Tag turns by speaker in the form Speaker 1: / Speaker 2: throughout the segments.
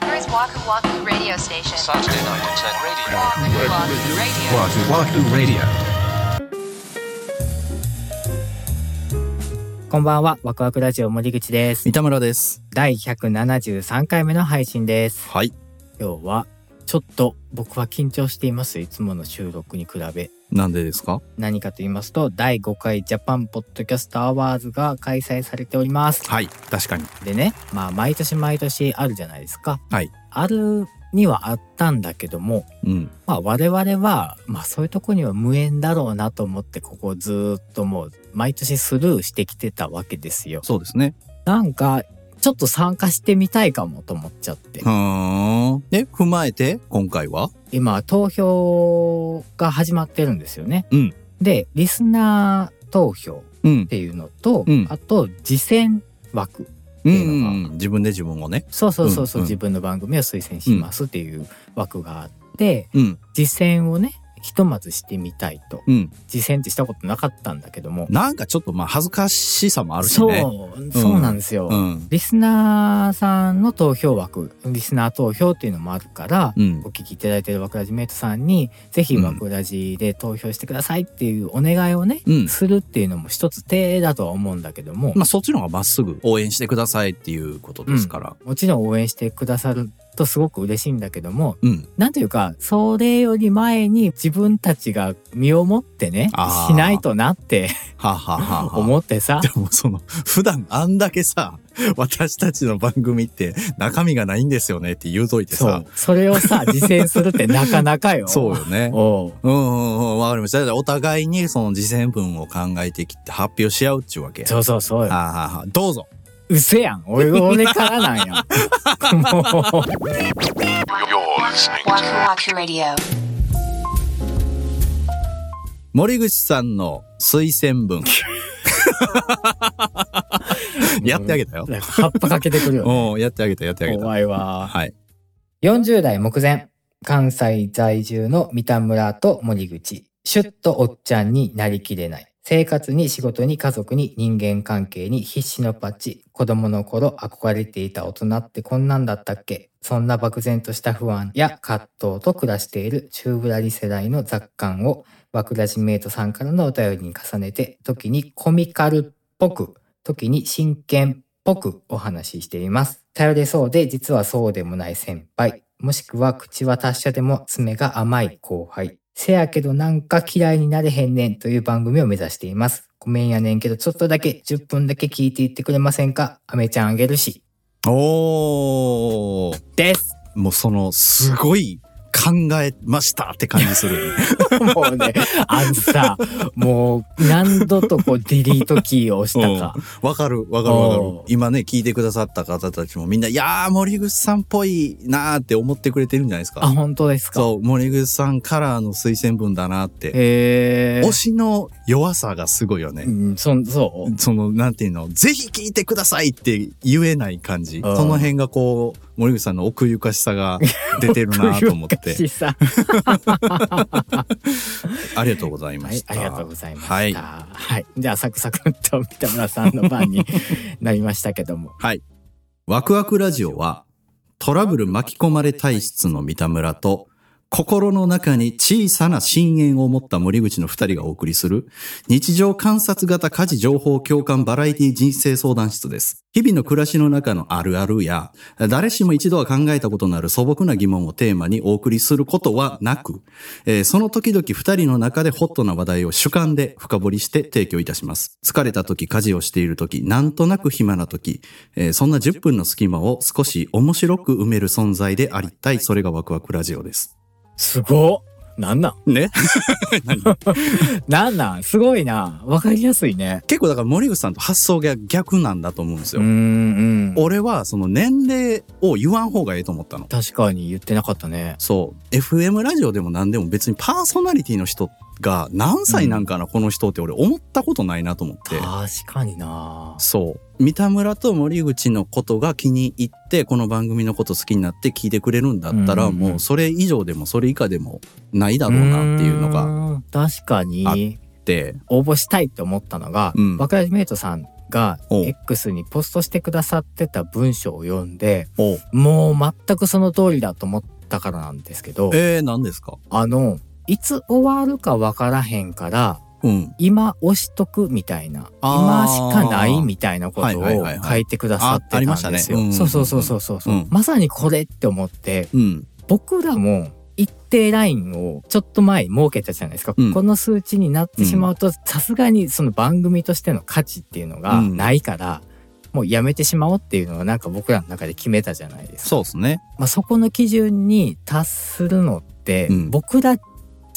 Speaker 1: Waku Waku Radio Station.
Speaker 2: Saturday night at 10 radio.
Speaker 1: Waku Waku
Speaker 3: Wahoo Wahoo Radio.
Speaker 1: Radio.
Speaker 4: こんばんは、ワクワクラジオ森口です。
Speaker 5: 三田村です。
Speaker 4: 第173回目の配信です。
Speaker 5: はい。
Speaker 4: 今日は、ちょっと僕は緊張しています。いつもの収録に比べ。
Speaker 5: なんでですか
Speaker 4: 何かと言いますと、第5回ジャパンポッドキャストアワーズが開催されております。
Speaker 5: はい。確かに。
Speaker 4: でね、まあ、毎年毎年あるじゃないですか。
Speaker 5: はい。
Speaker 4: あるにはあったんだけども、
Speaker 5: うん。
Speaker 4: まあ、我々は、まあ、そういうとこには無縁だろうなと思って、ここずーっともう、毎年スルーしてきてたわけですよ。
Speaker 5: そうですね。
Speaker 4: なんか、ちょっと参加してみたいかもと思っちゃって
Speaker 5: う。ーん。で、踏まえて、今回は
Speaker 4: 今、投票が始まってるんですよね。
Speaker 5: うん
Speaker 4: で、リスナー投票
Speaker 5: うん
Speaker 4: っ。ていうのと、
Speaker 5: うん
Speaker 4: あと、次戦枠。
Speaker 5: うん
Speaker 4: いうのが
Speaker 5: うん。自分で自分をね。
Speaker 4: そうそうそうそう、
Speaker 5: うんうん
Speaker 4: 自分の番組を推薦しますっていう枠があって、
Speaker 5: うん。
Speaker 4: 次戦をね、ひとまずしてみたいと。
Speaker 5: うん。
Speaker 4: 次戦ってしたことなかったんだけども。
Speaker 5: なんかちょっと、まあ、恥ずかしさもあるしね。
Speaker 4: そう、そうなんですよ。
Speaker 5: うん。
Speaker 4: リスナーさんの投票枠、リスナー投票っていうのもあるから、
Speaker 5: うん
Speaker 4: お。聞きいただいているワクラジメイトさんに、ぜひワクラジで投票してくださいっていうお願いをね、
Speaker 5: うん
Speaker 4: するっていうのも一つ手だとは思うんだけども、
Speaker 5: まあ、そっちの方がまっすぐ応援してくださいっていうことですから。
Speaker 4: もちろん応援してくださるとすごく嬉しいんだけども、
Speaker 5: うん。
Speaker 4: なんというか、それより前に自分たちが身をもってね
Speaker 5: あ、ー
Speaker 4: しないとなって
Speaker 5: はあはあはあはあ。
Speaker 4: 思ってさ
Speaker 5: で、もその、普段あんだけさ、私たちの番組って中身がないんですよねって言うといて
Speaker 4: そ
Speaker 5: さ
Speaker 4: う。、それをさ、実践するってなかなかよ。
Speaker 5: そうよね。
Speaker 4: おう
Speaker 5: うんうんうん、わかりました。だからお互いにその事前文を考えてきて発表し合うっちゅうわけや。
Speaker 4: そうそうそうよ
Speaker 5: あ。あああどうぞ。
Speaker 4: うせやん。俺、俺から なんや。
Speaker 1: Waku
Speaker 4: もう
Speaker 1: Waku Radio.
Speaker 5: 森口さんの推 薦文。やってあげたよ。
Speaker 4: なんか葉っぱかけてくるよね。
Speaker 5: うん、やってあげた、やってあげた。
Speaker 4: 怖いわ。
Speaker 5: はい。
Speaker 4: 40代目前、関西在住の三田村と森口。シュッとおっちゃんになりきれない。生活に仕事に家族に人間関係に必死のパッチ。子供の頃憧れていた大人ってこんなんだったっけそんな漠然とした不安や葛藤と暮らしている中ぶらり世代の雑感をワクラジメイトさんからのお便りに重ねて、時にコミカルっぽく、時に真剣っぽくお話ししています。頼れそうで実はそうでもない先輩、もしくは口は達者でも爪が甘い後輩。せやけどなんか嫌いになれへんねんという番組を目指しています。ごめんやねんけどちょっとだけ10分だけ聞いていってくれませんかアメちゃんあげるし。
Speaker 5: おー。
Speaker 4: です。
Speaker 5: もうその、すごい考えましたって感じ するよね。
Speaker 4: もう ね、あのさ、もう何度とこうディリートキーを押したか。
Speaker 5: わかる、わかる、わか
Speaker 4: おー
Speaker 5: る。今ね、聞いてくださった方たちもみんな、いやー、森口さんっぽいなーって思ってくれてるんじゃないですか。
Speaker 4: あ、本当ですか
Speaker 5: そう、森口さんからの推薦文だなって。
Speaker 4: へえ。
Speaker 5: 推しの弱さがすごいよね。
Speaker 4: うん、そんそう。
Speaker 5: その、なんていうの、ぜひ聞いてくださいって言えない感じ。
Speaker 4: あー
Speaker 5: その辺がこう、森口さんの奥ゆかしさが出てるなと 思っ
Speaker 4: 昔
Speaker 5: て。
Speaker 4: さ
Speaker 5: ありがとうございま
Speaker 4: はい
Speaker 5: し、た。
Speaker 4: ありがとうございました。は。
Speaker 5: はいい
Speaker 4: じゃあ、サクサクっと三田村さんの番になりましたけども。
Speaker 5: はい。ワクワクラジオは、トラブル巻き込まれ体質の三田村と、心の中に小さな深淵を持った森口の二人がお送りする、日常観察型家事情報共感バラエティ人生相談室です。日々の暮らしの中のあるあるや、誰しも一度は考えたことのある素朴な疑問をテーマにお送りすることはなく、えーその時々二人の中でホットな話題を主観で深掘りして提供いたします。疲れた時、家事をしている時、なんとなく暇な時、えーそんな10分の隙間を少し面白く埋める存在でありたい、それがワクワクラジオです。
Speaker 4: すごっなんなん
Speaker 5: ね
Speaker 4: なんなんすごいな。わかりやすいね。
Speaker 5: 結構だから森口さんと発想が逆なんだと思うんです
Speaker 4: う
Speaker 5: よ。
Speaker 4: んうん。
Speaker 5: 俺はその年齢を言わん方がええと思ったの。
Speaker 4: 確かに言ってなかったね。
Speaker 5: そう。FM ラジオでも何でも別にパーソナリティの人が何歳なんかな、この人って俺思ったことないなと思って。
Speaker 4: 確かにな。
Speaker 5: そう。三田村と森口のことが気に入って、この番組のこと好きになって聞いてくれるんだったら、
Speaker 4: うんうんうん
Speaker 5: もうそれ以上でもそれ以下でもないだろうなっていうのがあ
Speaker 4: が。確かに。
Speaker 5: って、
Speaker 4: 応募したいって思ったのが、
Speaker 5: うん
Speaker 4: ワクラジメイトさんが
Speaker 5: おう
Speaker 4: X にポストしてくださってた文章を読んで
Speaker 5: おう
Speaker 4: もう全くその通りだと思ったからなんですけど
Speaker 5: えー、何ですか
Speaker 4: あのいつ終わるかわからへんから
Speaker 5: うん。
Speaker 4: 今押しとくみたいな今
Speaker 5: あ
Speaker 4: し
Speaker 5: ー
Speaker 4: かないみたいなこ
Speaker 5: はい
Speaker 4: と
Speaker 5: はい
Speaker 4: を
Speaker 5: はいは
Speaker 4: 書
Speaker 5: い
Speaker 4: いてくださって
Speaker 5: あありましたた
Speaker 4: ん
Speaker 5: ね
Speaker 4: です
Speaker 5: うんうん
Speaker 4: よ。
Speaker 5: うん
Speaker 4: そうそうそうそうそう
Speaker 5: うん
Speaker 4: まさにこれって思って
Speaker 5: うん。
Speaker 4: 僕らも一定ラインをちょっと前に設けたじゃないですか、
Speaker 5: うん
Speaker 4: この数値になってしまうとさすがにその番組としての価値っていうのが
Speaker 5: うん
Speaker 4: ないから、もうやめてしまおうっていうのはなんか僕らの中で決めたじゃないですか。
Speaker 5: そうですね。
Speaker 4: まあ、そこの基準に達するのって、
Speaker 5: うん
Speaker 4: 僕ら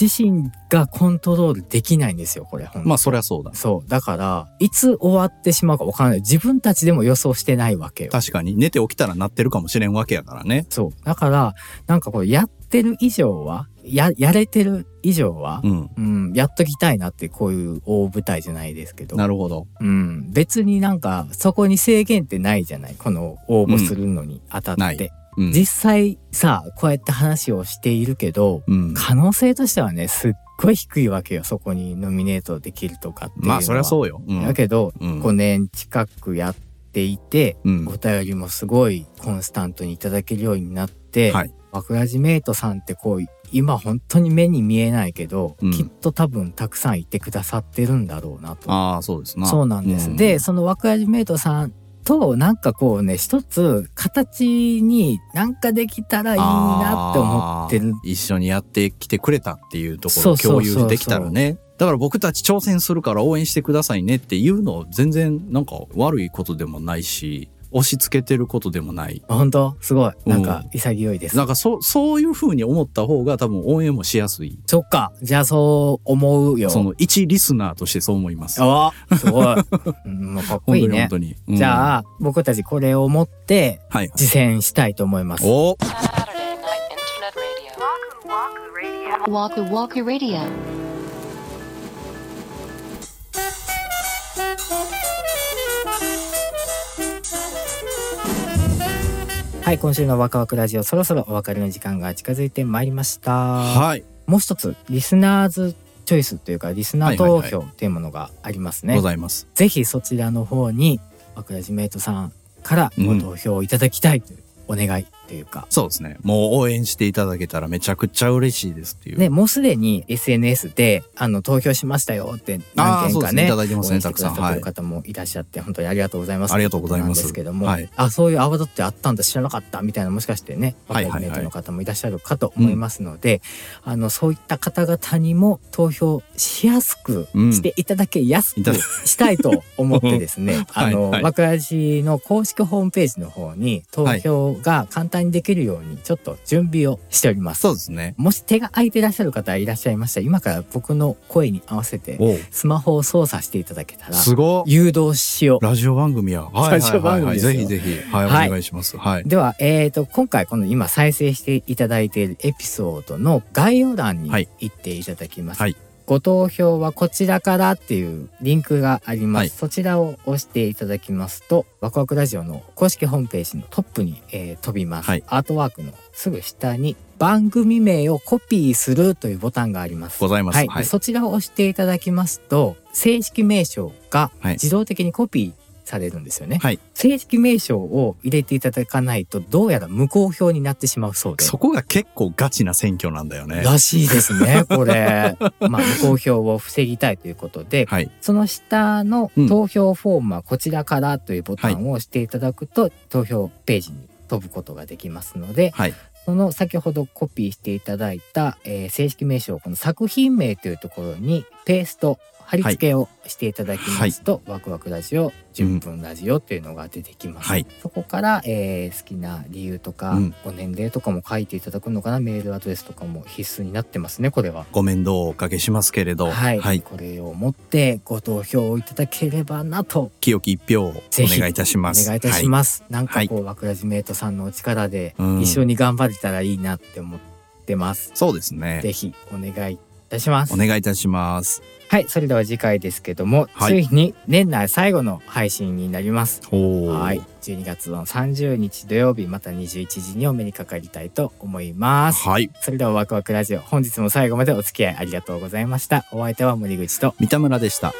Speaker 4: 自身がコントロールできないんですよこれ本当に
Speaker 5: まあ、そりゃそうだ。
Speaker 4: そうだからいつ終わってしまうかわからない自分たちでも予想してないわけよ。
Speaker 5: 確かに、寝て起きたらなってるかもしれんわけやからね。
Speaker 4: そうだからなんかこうやってる以上はややれてる以上は
Speaker 5: う、ん。
Speaker 4: うんやっときたいなってこういう大舞台じゃないですけど、
Speaker 5: なるほど。
Speaker 4: うん、別になんかそこに制限ってないじゃないこの応募するのにあた
Speaker 5: うん
Speaker 4: っ
Speaker 5: ない
Speaker 4: て。
Speaker 5: うん。
Speaker 4: 実際さこうやって話をしているけど
Speaker 5: うん、
Speaker 4: 可能性としてはねすっごい低いわけよそこにノミネートできるとかっていうのは。
Speaker 5: まあ、そりゃそうよ。うん。
Speaker 4: だけど、
Speaker 5: うん
Speaker 4: 5年近くやっていて、
Speaker 5: うん
Speaker 4: お便りもすごいコンスタントにいただけるようになって、
Speaker 5: はい
Speaker 4: バクラジメイトさんってこう今本当に目に見えないけど、
Speaker 5: うん
Speaker 4: きっと多分たくさんいてくださってるんだろうなと。
Speaker 5: ああ、そうですな。
Speaker 4: そうなんです、でそのバクラジメイトさんとなんかこうね一つ形になんかできたらいいなって思ってる
Speaker 5: あー一緒にやってきてくれたっていうところ
Speaker 4: そ
Speaker 5: を
Speaker 4: うそうそう
Speaker 5: 共
Speaker 4: そう
Speaker 5: 有できたらねだから僕たち挑戦するから応援してくださいねっていうの全然なんか悪いことでもないし押し付けてることでもない
Speaker 4: 本当すごいなんか
Speaker 5: う
Speaker 4: 潔いです。
Speaker 5: なんかそそういうふうに思った方が多分応援もしやすい
Speaker 4: そっかじゃあそう思うよ。
Speaker 5: その一リスナーとしてそう思います本
Speaker 4: あす ごい。うん、もうかっこ
Speaker 5: 当
Speaker 4: いい
Speaker 5: に
Speaker 4: ね
Speaker 5: 本。当に、うん
Speaker 4: じゃ
Speaker 5: は
Speaker 4: あ、僕たちこれを持って
Speaker 5: い
Speaker 4: 実践したいと思います。
Speaker 5: お
Speaker 1: Saturday Night Internet Radio. Waku Waku Radio.
Speaker 4: Waku はい、今週のワクワクラジオ、そろそろお別れの時間が近づいてまいりました。
Speaker 5: はい
Speaker 4: もう一つ、リスナーズチョイスというか、リスナー投票というものがありますね。
Speaker 5: ございます
Speaker 4: ぜひそちらの方に、ワクラジメイトさんからご投票いただきたいという、お願いというか、
Speaker 5: そうですねもう応援していただけたらめちゃくちゃ嬉しいですっていう
Speaker 4: ね、もうすでに SNS であの投票しましたよって
Speaker 5: あー
Speaker 4: 何件
Speaker 5: そうで
Speaker 4: か
Speaker 5: すね
Speaker 4: ね
Speaker 5: いただいてます
Speaker 4: 応
Speaker 5: ね
Speaker 4: 援してくだ
Speaker 5: たくさん
Speaker 4: さっ
Speaker 5: は
Speaker 4: て
Speaker 5: い
Speaker 4: る方もいらっしゃって本当にありがとうございます
Speaker 5: ありがとうございます
Speaker 4: なんですけども、
Speaker 5: はい
Speaker 4: あそういうアワードってあったんだ知らなかったみたいなもしかしてね
Speaker 5: は
Speaker 4: 若
Speaker 5: い
Speaker 4: い
Speaker 5: はいはい
Speaker 4: メントの方もいらっしゃるかと思いますので、あのそういった方々にも投票しやすく
Speaker 5: うん
Speaker 4: していただけやす
Speaker 5: いた
Speaker 4: く
Speaker 5: だ
Speaker 4: したいと思ってですね、あの、
Speaker 5: はい
Speaker 4: わくらじの公式ホームページの方に投票が簡単にできるようにちょっと準備をしております。
Speaker 5: そうですね
Speaker 4: もし手が空いてらっしゃる方いらっしゃいましたら今から僕の声に合わせて
Speaker 5: おう
Speaker 4: スマホを操作していただけたら
Speaker 5: すごっ
Speaker 4: 誘導しよう。
Speaker 5: ラジオ番組や。はい
Speaker 4: ラジオ番組ですよ
Speaker 5: はいはいはいぜひぜひ、はい、
Speaker 4: はい
Speaker 5: お願いします。はい。
Speaker 4: では、えー、と今回この今再生していただいているエピソードの概要欄に
Speaker 5: はい
Speaker 4: 行っていただきます。
Speaker 5: はい
Speaker 4: ご投票はこちらからっていうリンクがあります、
Speaker 5: はい
Speaker 4: そちらを押していただきますとワクワクラジオの公式ホームページのトップに、えー飛びます、
Speaker 5: はい
Speaker 4: アートワークのすぐ下に番組名をコピーするというボタンがあります
Speaker 5: ございます。
Speaker 4: はい、
Speaker 5: はい。
Speaker 4: そちらを押していただきますと正式名称が
Speaker 5: はい
Speaker 4: 自動的にコピーされるんですよね、
Speaker 5: はい
Speaker 4: 正式名称を入れていただかないとどうやら無効票になってしまうそうで
Speaker 5: そこが結構ガチな選挙なんだよね。
Speaker 4: らしいです ねこれまあ無効票を防ぎたいということで
Speaker 5: はい。
Speaker 4: その下の
Speaker 5: うん
Speaker 4: 投票フォームはこちらからというボタンを押していただくと、投票ページに飛ぶことができますので
Speaker 5: はい。
Speaker 4: その先ほどコピーしていただいた、えー正式名称この作品名というところにペースト貼り付けをしていただきますと、ワクワクラジオ10分ラジオっていうのが出てきます、
Speaker 5: はい
Speaker 4: そこから、えー好きな理由とか、
Speaker 5: うん
Speaker 4: お年齢とかも書いていただくのかなメールアドレスとかも必須になってますねこれは。
Speaker 5: ご面倒をおかけしますけれど、
Speaker 4: はい、
Speaker 5: はい。
Speaker 4: これを持ってご投票をいただければなと
Speaker 5: 清き一票をお
Speaker 4: ぜひ
Speaker 5: 願いいたし
Speaker 4: お
Speaker 5: ます。
Speaker 4: 願いいたします、なんかこう、
Speaker 5: は
Speaker 4: ワクラジメイトさんのお力で
Speaker 5: うん
Speaker 4: 一緒に頑張れたらいいなって思ってます、
Speaker 5: はい。そうですね。
Speaker 4: ぜひお願いいたします
Speaker 5: お。願いいたします。
Speaker 4: はい、それでは次回ですけども、
Speaker 5: はい
Speaker 4: ついに年内最後の配信になります。
Speaker 5: おー
Speaker 4: はい、12月の30日土曜日また21時にお目にかかりたいと思います。
Speaker 5: はい。
Speaker 4: それではワクワクラジオ本日も最後までお付き合いありがとうございました。お相手は森口と
Speaker 5: 三田村でした。